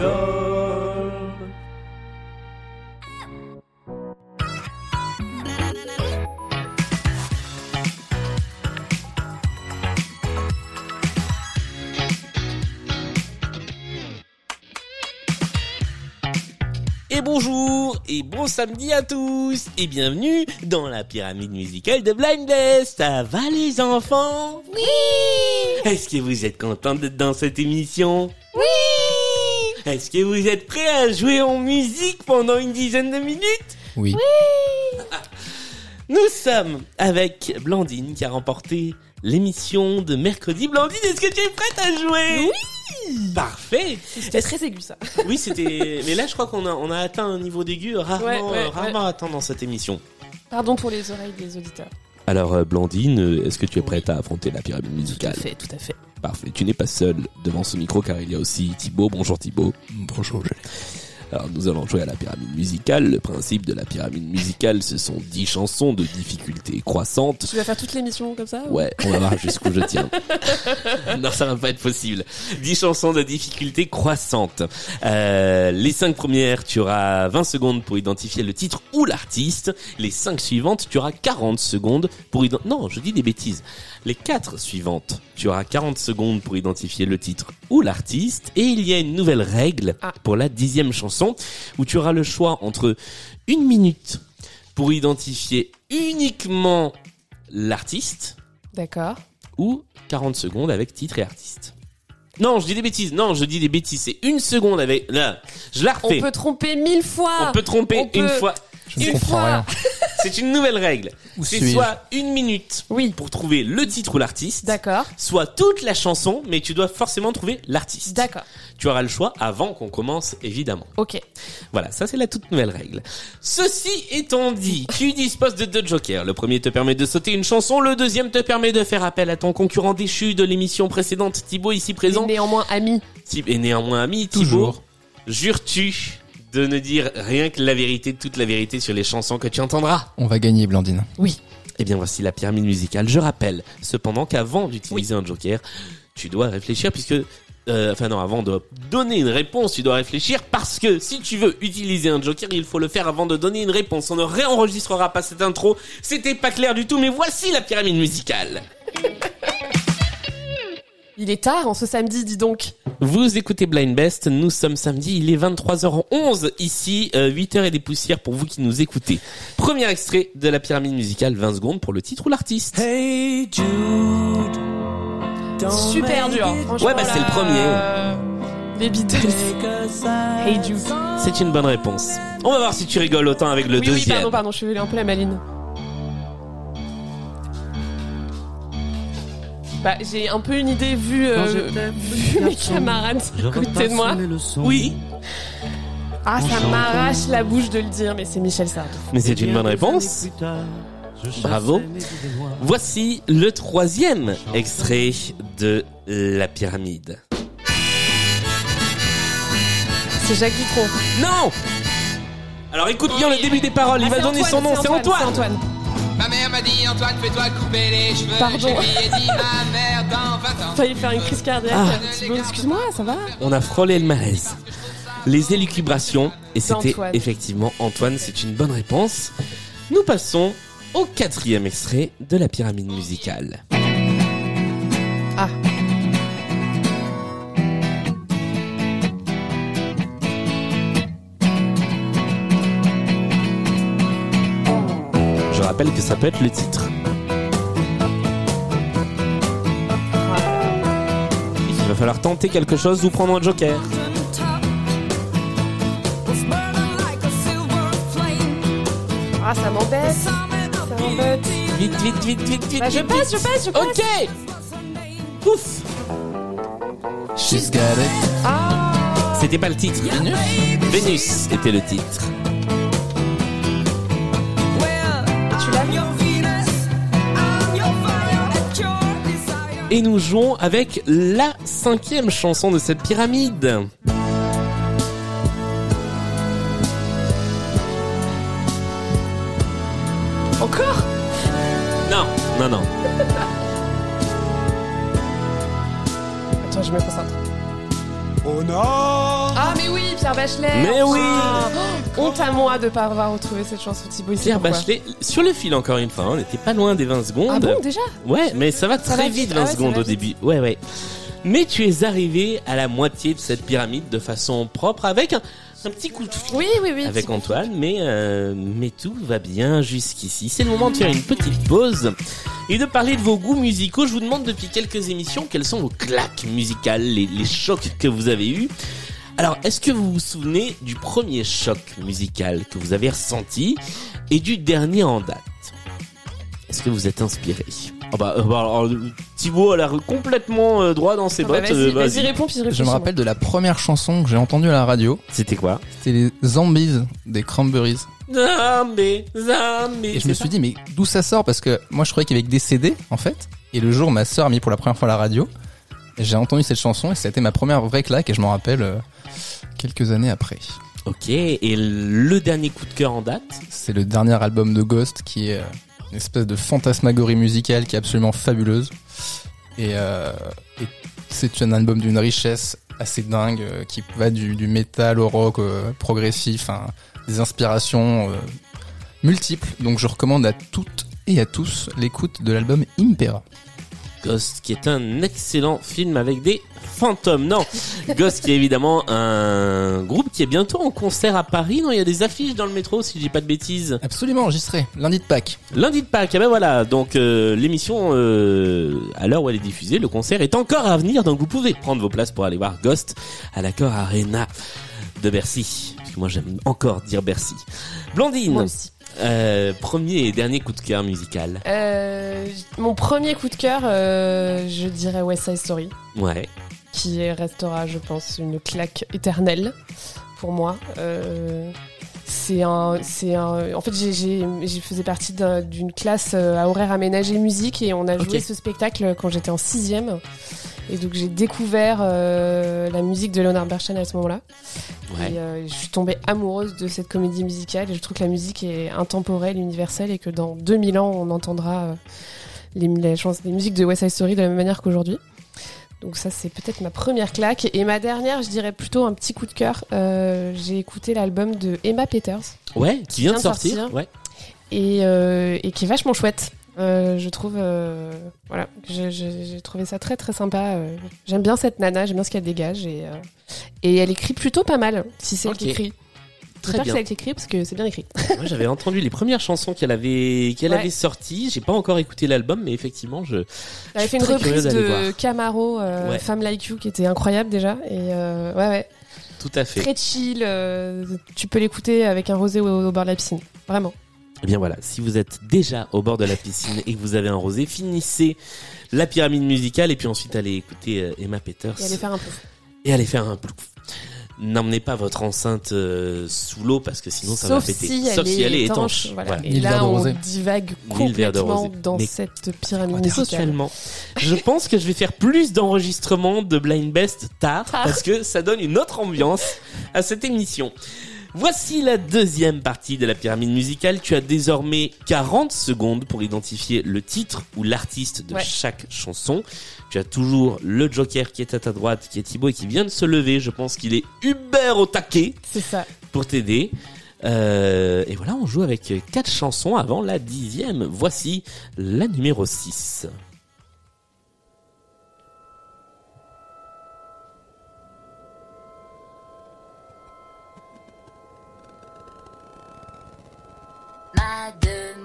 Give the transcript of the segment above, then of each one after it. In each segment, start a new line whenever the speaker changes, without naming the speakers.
Stockholm.
Et bonjour et bon samedi à tous et bienvenue dans la pyramide musicale de Blind Best. Ça va les enfants Oui Est-ce que vous êtes contents d'être dans cette émission Oui Est-ce que vous êtes prêts à jouer en musique pendant une dizaine de minutes
Oui.
Nous sommes avec Blandine qui a remporté l'émission de mercredi. Blandine, est-ce que tu es prête à jouer Oui Parfait
C'était très aigu ça.
Oui, c'était. Mais là, je crois qu'on a, on a atteint un niveau d'aigu rarement,
Ouais, ouais,
euh, rarement atteint dans cette émission.
Pardon pour les oreilles des auditeurs.
Alors, euh, Blandine, euh, est-ce que tu es prête à affronter la pyramide musicale
fait, tout à fait.
Parfait. Tu n'es pas seule devant ce micro car il y a aussi Thibaut. Bonjour Thibaut.
Bonjour, je
Alors, nous allons jouer à la pyramide musicale. Le principe de la pyramide musicale, ce sont 10 chansons de difficulté croissante.
Tu vas faire toute l'émission comme ça ou-
Ouais, on va voir jusqu'où je tiens. non, ça va pas être possible. 10 chansons de difficulté croissante. Euh, les 5 premières, tu auras 20 secondes pour identifier le titre ou l'artiste. Les 5 suivantes, tu auras 40 secondes pour identifier... Non, je dis des bêtises. Les 4 suivantes, tu auras 40 secondes pour identifier le titre ou l'artiste. Et il y a une nouvelle règle
Ah.
pour la dixième chanson où tu auras le choix entre une minute pour identifier uniquement l'artiste
D'accord.
ou 40 secondes avec titre et artiste. Non, je dis des bêtises. Non, je dis des bêtises. C'est une seconde avec. Là, je la
On
refais.
peut tromper mille fois.
On peut tromper
on peut-
une fois.
ne
Une
comprends
fois.
rien.
C'est une nouvelle règle.
Où
C'est
suis-je
soit une minute
Oui.
pour trouver le titre ou l'artiste,
D'accord.
soit toute la chanson, mais tu dois forcément trouver l'artiste.
D'accord.
Tu auras le choix avant qu'on commence, évidemment.
Ok.
Voilà, ça c'est la toute nouvelle règle. Ceci étant dit, tu disposes de deux jokers. Le premier te permet de sauter une chanson, le deuxième te permet de faire appel à ton concurrent déchu de l'émission précédente, Thibaut ici présent.
Mais néanmoins ami.
Thib- est néanmoins ami,
Toujours.
Toujours. Jures-tu de ne dire rien que la vérité, toute la vérité sur les chansons que tu entendras
On va gagner, Blandine.
Oui.
Eh bien, voici la pyramide musicale. Je rappelle, cependant, qu'avant d'utiliser un joker, tu dois réfléchir puisque... euh, enfin non, avant de donner une réponse, tu dois réfléchir parce que si tu veux utiliser un joker, il faut le faire avant de donner une réponse. On ne réenregistrera pas cette intro. C'était pas clair du tout, mais voici la pyramide musicale.
Il est tard en ce samedi, dis donc.
Vous écoutez Blind Best, nous sommes samedi, il est 23h11 ici, 8h et des poussières pour vous qui nous écoutez. Premier extrait de la pyramide musicale, 20 secondes pour le titre ou l'artiste.
Hey Jude. don't
Super
make
dur.
it
Franchement,
Ouais, bah, c'est
là,
le premier.
euh, Les Beatles.
take a side
Hey Jude.
song.
C'est une bonne réponse. On va voir si tu rigoles autant avec le
oui, oui,
deuxième.
pardon, pardon, je suis allée en plein maline. Bah, j'ai un peu une idée vu, euh,
Quand j'étais
vu mes
garçon,
camarades
Je
à côté de
repasse
moi.
les leçons.
Oui,
Ah, ça
Bonjour.
m'arrache la bouche de le dire, mais c'est Michel Sardou.
mais c'est une bonne
Des
réponse.
Eh années plus tard, je chassais
Bravo.
mes déboires.
Voici le troisième extrait de La Pyramide.
C'est Jacques Dutronc.
Non Alors écoute bien le début des paroles, il
Ah,
va
c'est
donner son nom, c'est
C'est
Antoine
Antoine.
Ma mère m'a dit Antoine fais-toi couper les cheveux
Pardon.
Je lui ai dit ma mère dans 20 ans
Failli faire une crise cardiaque.
Ah.
Thibaut, excuse-moi, ça va
On a frôlé le malaise. Les élucubrations, et c'était
D'Antoine.
effectivement Antoine, c'est une bonne réponse. Nous passons au quatrième extrait de La Pyramide musicale.
Ah.
Je rappelle que ça peut être le titre. Il va falloir tenter quelque chose ou prendre un joker.
Ah, ça m'embête. Ça m'embête.
Vite, vite, vite, vite, vite.
Bah, je
vite,
passe, je
vite.
passe, je passe.
Ok. Ouf.
She's got it.
Ah,
C'était pas le titre. Vénus. Vénus était le titre.
tu l'as mis
Et nous jouons avec la cinquième chanson de cette pyramide.
encore
Non, non, non.
Attends, je me concentre.
Oh
Au nord.
Ah, mais oui, Pierre Bachelet.
Mais oui.
Oh, Honte à moi de pas avoir retrouvé cette chanson Thibaut. ici,
Pierre
pourquoi
Bachelet, sur le fil encore une fois, hein, on n'était pas loin des 20 secondes.
Ah bon, déjà
ouais, mais ça va
Ça
très
va
vite
vite.
20
Ah ouais, ça
secondes
va
au
vite.
début. Ouais, ouais. Mais tu es arrivé à la moitié de cette pyramide de façon propre avec un, un petit coup de fou
Oui, oui, oui.
avec Antoine, mais, euh, mais tout va bien jusqu'ici. C'est le moment de faire une petite pause et de parler de vos goûts musicaux. Je vous demande depuis quelques émissions quelles sont vos claques musicales, les, les chocs que vous avez eus. Alors, est-ce que vous vous souvenez du premier choc musical que vous avez ressenti et du dernier en date Est-ce que vous êtes inspiré oh bah, euh, bah, alors, Thibaut a l'air complètement euh, droit dans ses
Ah bah,
bottes.
vas-y,
Euh,
vas-y,
vas-y.
réponds, puis réponds.
Je me rappelle de la première chanson que j'ai entendue à la radio.
C'était quoi
C'était les Zombies des Cranberries.
Zambé,
Et je me suis dit, mais d'où ça sort Parce que moi, je croyais qu'il y avait que des CD, en fait. Et le jour où ma sœur a mis pour la première fois la radio, j'ai entendu cette chanson et ça a été ma première vraie claque et je m'en rappelle euh, quelques années après.
Ok, et le dernier coup de cœur en date
C'est le dernier album de Ghost qui est euh, une espèce de fantasmagorie musicale qui est absolument fabuleuse. Et, euh, et c'est un album d'une richesse assez dingue euh, qui va du, du métal au rock euh, progressif, hein, des inspirations euh, multiples. Donc je recommande à toutes et à tous l'écoute de l'album Impera.
Ghost, qui est un excellent film avec des fantômes. Non, Ghost, qui est évidemment un groupe qui est bientôt en concert à Paris. Non, il y a des affiches dans le métro, si je dis pas de bêtises.
Absolument enregistré, lundi de Pâques.
Lundi de Pâques, ah ben voilà. Donc euh, l'émission, euh, à l'heure où elle est diffusée, le concert est encore à venir. Donc vous pouvez prendre vos places pour aller voir Ghost à l'accord Arena de Bercy. Parce que moi j'aime encore dire Bercy.
Moi
Blondine,
aussi.
euh, premier et dernier coup de cœur musical.
Euh, mon premier coup de cœur, euh, je dirais West Side Story,
Ouais.
qui restera, je pense, une claque éternelle pour moi. Euh, c'est un, c'est un. En fait, j'ai, j'ai, j'ai faisais partie d'un- d'une classe euh, à horaire aménagé musique et on a
Ok.
joué ce spectacle quand j'étais en sixième. Et donc j'ai découvert euh, la musique de Leonard Bernstein à ce moment-là.
Ouais.
Et euh, je suis tombée amoureuse de cette comédie musicale et je trouve que la musique est intemporelle, universelle et que dans 2000 ans, on entendra euh, les, les, chans- les musiques de West Side Story de la même manière qu'aujourd'hui. Donc ça, c'est peut-être ma première claque. Et ma dernière, je dirais plutôt un petit coup de cœur. Euh, J'ai écouté l'album de Emma Peters
Ouais, qui vient de sortir.
sortir.
Ouais.
et, euh, et qui est vachement chouette. Euh, je trouve, euh, voilà, je- je- j'ai trouvé ça très très sympa. Euh, J'aime bien cette nana, j'aime bien ce qu'elle dégage et, euh, et elle écrit plutôt pas mal. Si c'est
Ok.
elle qui écrit,
Très
J'espère que
bien.
c'est elle qui écrit parce que c'est bien écrit.
Moi, j'avais entendu les premières chansons qu'elle avait qu'elle
Ouais.
avait sorties. J'ai pas encore écouté l'album, mais effectivement, je
Elle avait fait une
très curieux
reprise
d'aller
de
voir.
Camaro, euh,
Ouais.
Femme Like You, qui était incroyable déjà. Et euh, ouais, ouais,
tout à fait.
très chill. euh, tu peux l'écouter avec un rosé au, au bord de la piscine, vraiment.
Eh bien voilà, si vous êtes déjà au bord de la piscine et que vous avez un rosé, finissez la pyramide musicale et puis ensuite allez écouter euh, Emma Peters
Et aller faire un peu.
et allez faire un plouf. N'emmenez pas votre enceinte euh, sous l'eau parce que sinon ça
Sauf
va péter.
si elle
Sauf
est
si elle est
étanche.
étanche.
voilà.
Voilà.
Et
Ni le verre
là,
de
on
rosé.
divague
Ni le verre de
complètement
rosé.
dans
Mais
cette pyramide musicale.
Totalement. Je pense que je vais faire plus d'enregistrements de Blind Best tard parce que ça donne une autre ambiance à cette émission. Voici la deuxième partie de la pyramide musicale. Tu as désormais 40 secondes pour identifier le titre ou l'artiste de
Ouais.
chaque chanson. Tu as toujours le Joker qui est à ta droite, qui est Thibaut et qui vient de se lever. Je pense qu'il est Uber au taquet
C'est ça.
pour t'aider. Euh, et voilà, on joue avec quatre chansons avant la dixième. Voici la numéro 6.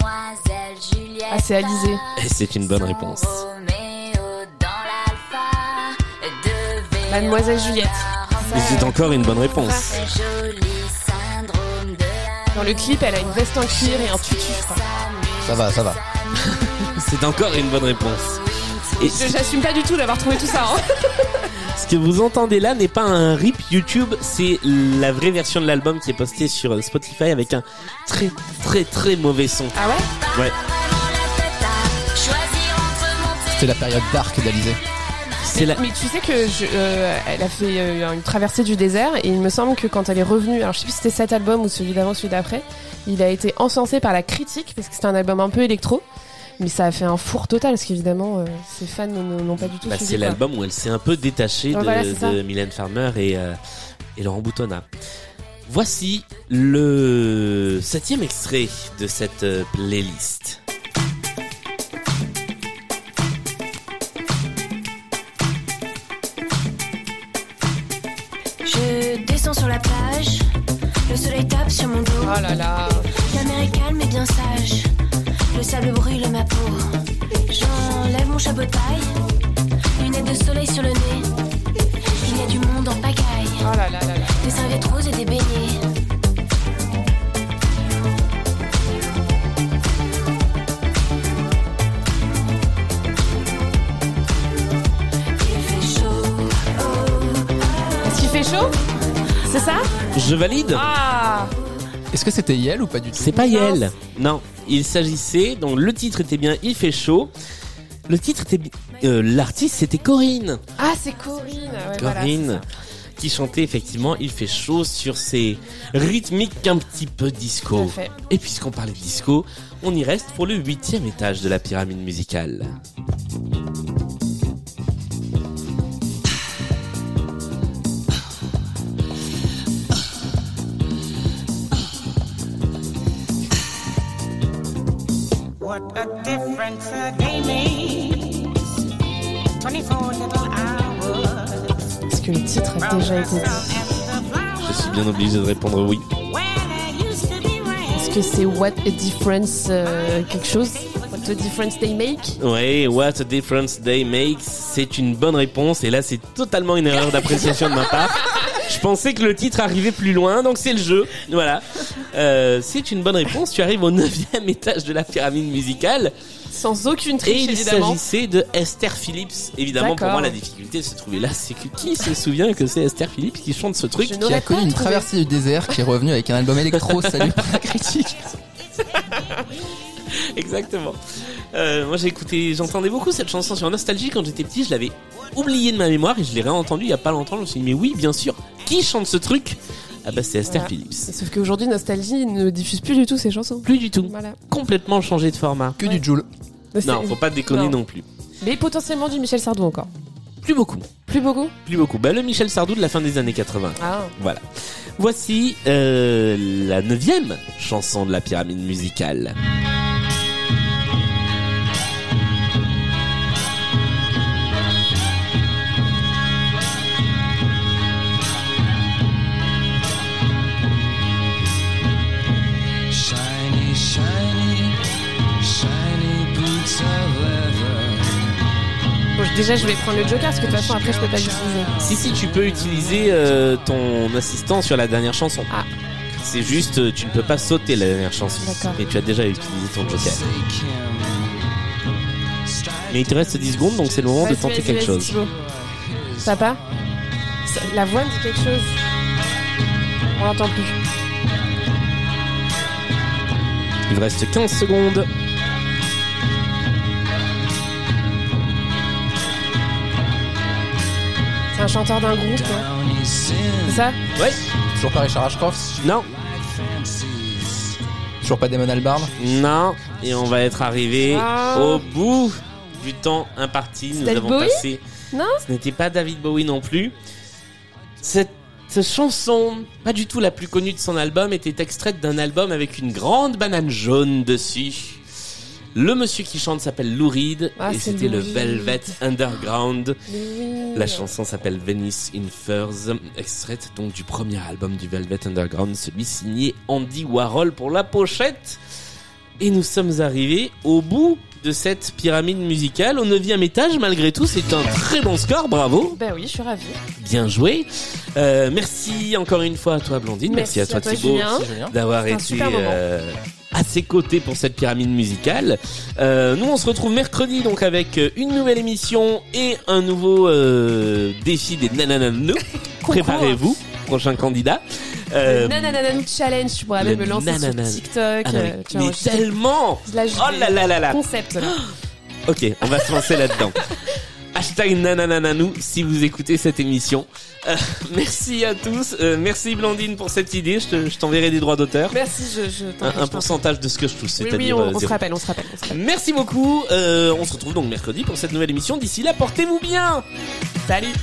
Mademoiselle Juliette.
Ah, c'est Alizée.
Et c'est une bonne réponse.
Mademoiselle Juliette.
Et c'est encore une bonne réponse.
Dans le clip, elle a une veste en cuir et un tutu, je crois.
Ça va, ça va.
C'est encore une bonne réponse. Et
Je- J'assume pas du tout d'avoir trouvé tout ça. hein.
ce que vous entendez là n'est pas un rip YouTube, c'est la vraie version de l'album qui est postée sur euh, Spotify avec un très très très mauvais son.
Ah ouais
Ouais,
C'était la période dark d'Alizé.
c'est la...
Mais tu sais que je, euh, elle a fait euh, une traversée du désert et il me semble que quand elle est revenue, alors je sais plus si c'était cet album ou celui d'avant, celui d'après, il a été encensé par la critique parce que c'était un album un peu électro. Mais ça a fait un four total parce qu'évidemment, euh, ses fans n'ont n'ont pas du tout
Bah,
suivi.
c'est
quoi.
l'album où elle s'est un peu détachée
Ouais,
de,
voilà, c'est ça.
de Mylène Farmer et, euh, et Laurent Boutonnat. Voici le septième extrait de cette euh, playlist.
Je descends sur la plage, le soleil tape sur mon dos.
Oh là là.
La mer est calme et bien sage, le sable brûle ma peau. J'enlève mon chapeau de paille, lunettes de soleil sur le nez. Il y a du monde en pagaille,
Oh là là là là.
des serviettes roses et des beignets. Il fait chaud, oh,
Est-ce qu'il fait chaud C'est ça
Je valide
Ah
Est-ce que c'était Yel ou pas du tout
C'est pas
Non,
Yel. Non, il s'agissait, donc le titre était bien Il fait chaud. Le titre était bi- euh, l'artiste c'était Corinne.
Ah, c'est Corinne. Ouais, voilà,
Corinne
c'est ça.
qui chantait effectivement Il fait chaud sur ses rythmiques un petit peu
Tout à
disco.
fait.
Et puisqu'on parlait de disco, on y reste pour le huitième étage de la pyramide musicale.
What a difference a day makes. 24 little hours.
Parce que le titre a déjà été dit.
Je suis bien obligé de répondre oui.
Est-ce que c'est What a Difference euh, quelque chose What a Difference They Make
Oui, What a Difference They Makes, c'est une bonne réponse et là c'est totalement une erreur d'appréciation de ma part. Je pensais que le titre arrivait plus loin, donc c'est le jeu. Voilà. Euh, c'est une bonne réponse. Tu arrives au neuvième étage de la pyramide musicale
Sans aucune
et
triche,
il
évidemment.
s'agissait de Esther Phillips. Évidemment, pour
D'accord.
moi, la difficulté de se trouver là, c'est que qui se souvient que c'est Esther Phillips qui chante ce truc
Je
Qui
n'aurais
a
pas
connu une
trouvé.
traversée du désert, qui est revenu avec un album électro, salut pour la critique.
Exactement. Euh, moi, j'ai écouté, j'entendais beaucoup cette chanson sur Nostalgie quand j'étais petit. Je l'avais oubliée de ma mémoire et je l'ai réentendue il y a pas longtemps. Je me suis dit, mais oui, bien sûr. Qui chante ce truc Ah bah c'est Esther
Voilà.
Phillips.
Sauf qu'aujourd'hui, Nostalgie ne diffuse plus du tout ses chansons.
Plus du tout.
Voilà.
Complètement changé de format.
Que du Joule.
Non, faut pas déconner non,
Non.
plus.
Mais potentiellement du Michel Sardou encore.
Plus beaucoup.
Plus beaucoup
Plus beaucoup. Bah le Michel Sardou de la fin des années 80.
Ah.
Voilà. Voici euh, la neuvième chanson de la pyramide musicale.
Shiny, shiny, shiny boots of leather.
Bon, je- déjà, je vais prendre le Joker parce que de toute façon, après, je peux pas l'utiliser.
Si si tu peux utiliser euh, ton assistant sur la dernière chanson.
Ah.
C'est juste euh, tu ne peux pas sauter la dernière chanson.
D'accord.
Et tu as déjà utilisé ton joker.
Take him.
Mais il te reste 10 secondes donc c'est le moment de
Vas-y,
tenter
vas-y,
quelque
vas-y,
chose.
Thibaut. Ça va pas Ça- La voix me dit quelque chose. On l'entend plus.
Il vous reste 15 secondes.
C'est un chanteur d'un groupe. hein.
Down he
C'est
sins.
ça
Ouais.
Toujours pas Richard Ashcroft,
Non.
Fancies.
toujours pas Damon Albarn.
Non. Et on va être arrivé
Ah.
au bout du temps imparti. Nous
David
avons
Bowie
passé.
Non
Ce n'était pas David Bowie non plus. Cette cette chanson, pas du tout la plus connue de son album, était extraite d'un album avec une grande banane jaune dessus. Le monsieur qui chante s'appelle Lou Reed
Ah,
et
c'est
c'était le
Lou Reed.
Velvet Underground.
Mais oui.
La chanson s'appelle Venice in Furs, extraite donc du premier album du Velvet Underground, celui signé Andy Warhol pour la pochette. Et nous sommes arrivés au bout de cette pyramide musicale, au neuvième étage. Malgré tout, c'est un très bon score, bravo,
Bah oui, je suis ravie.
bien joué. Euh, merci encore une fois à toi, Blondine. Merci, à toi, Thibaut,
Julien.
d'avoir
Hein C'est un
été
super moment.
euh, à ses côtés pour cette pyramide musicale. Euh, nous, on se retrouve mercredi donc avec euh, une nouvelle émission et un nouveau euh, défi des nanananeux.
Concours.
Préparez-vous, prochain candidat. Euh,
Nanananan challenge, tu pourrais
le
même me lancer sur
nanana-
TikTok.
ah non,
euh, tu
mais
vois,
mais
je-
tellement
Là, je
Oh là là là là
Concept. là.
Ok, on va se lancer là-dedans. Hashtag nananananou si vous écoutez cette émission. Euh, merci à tous. Euh, merci Blandine pour cette idée. Je te- je t'enverrai des droits d'auteur.
Merci, je, je t'en prie,
Un, un
je t'en prie.
pourcentage de ce que je touche,
Oui,
c'est-à-dire
oui, on,
euh,
on se
zéro.
rappelle, on se rappelle. On se rappelle.
Merci beaucoup. Euh, on se retrouve donc mercredi pour cette nouvelle émission. D'ici là, portez-vous bien.
Salut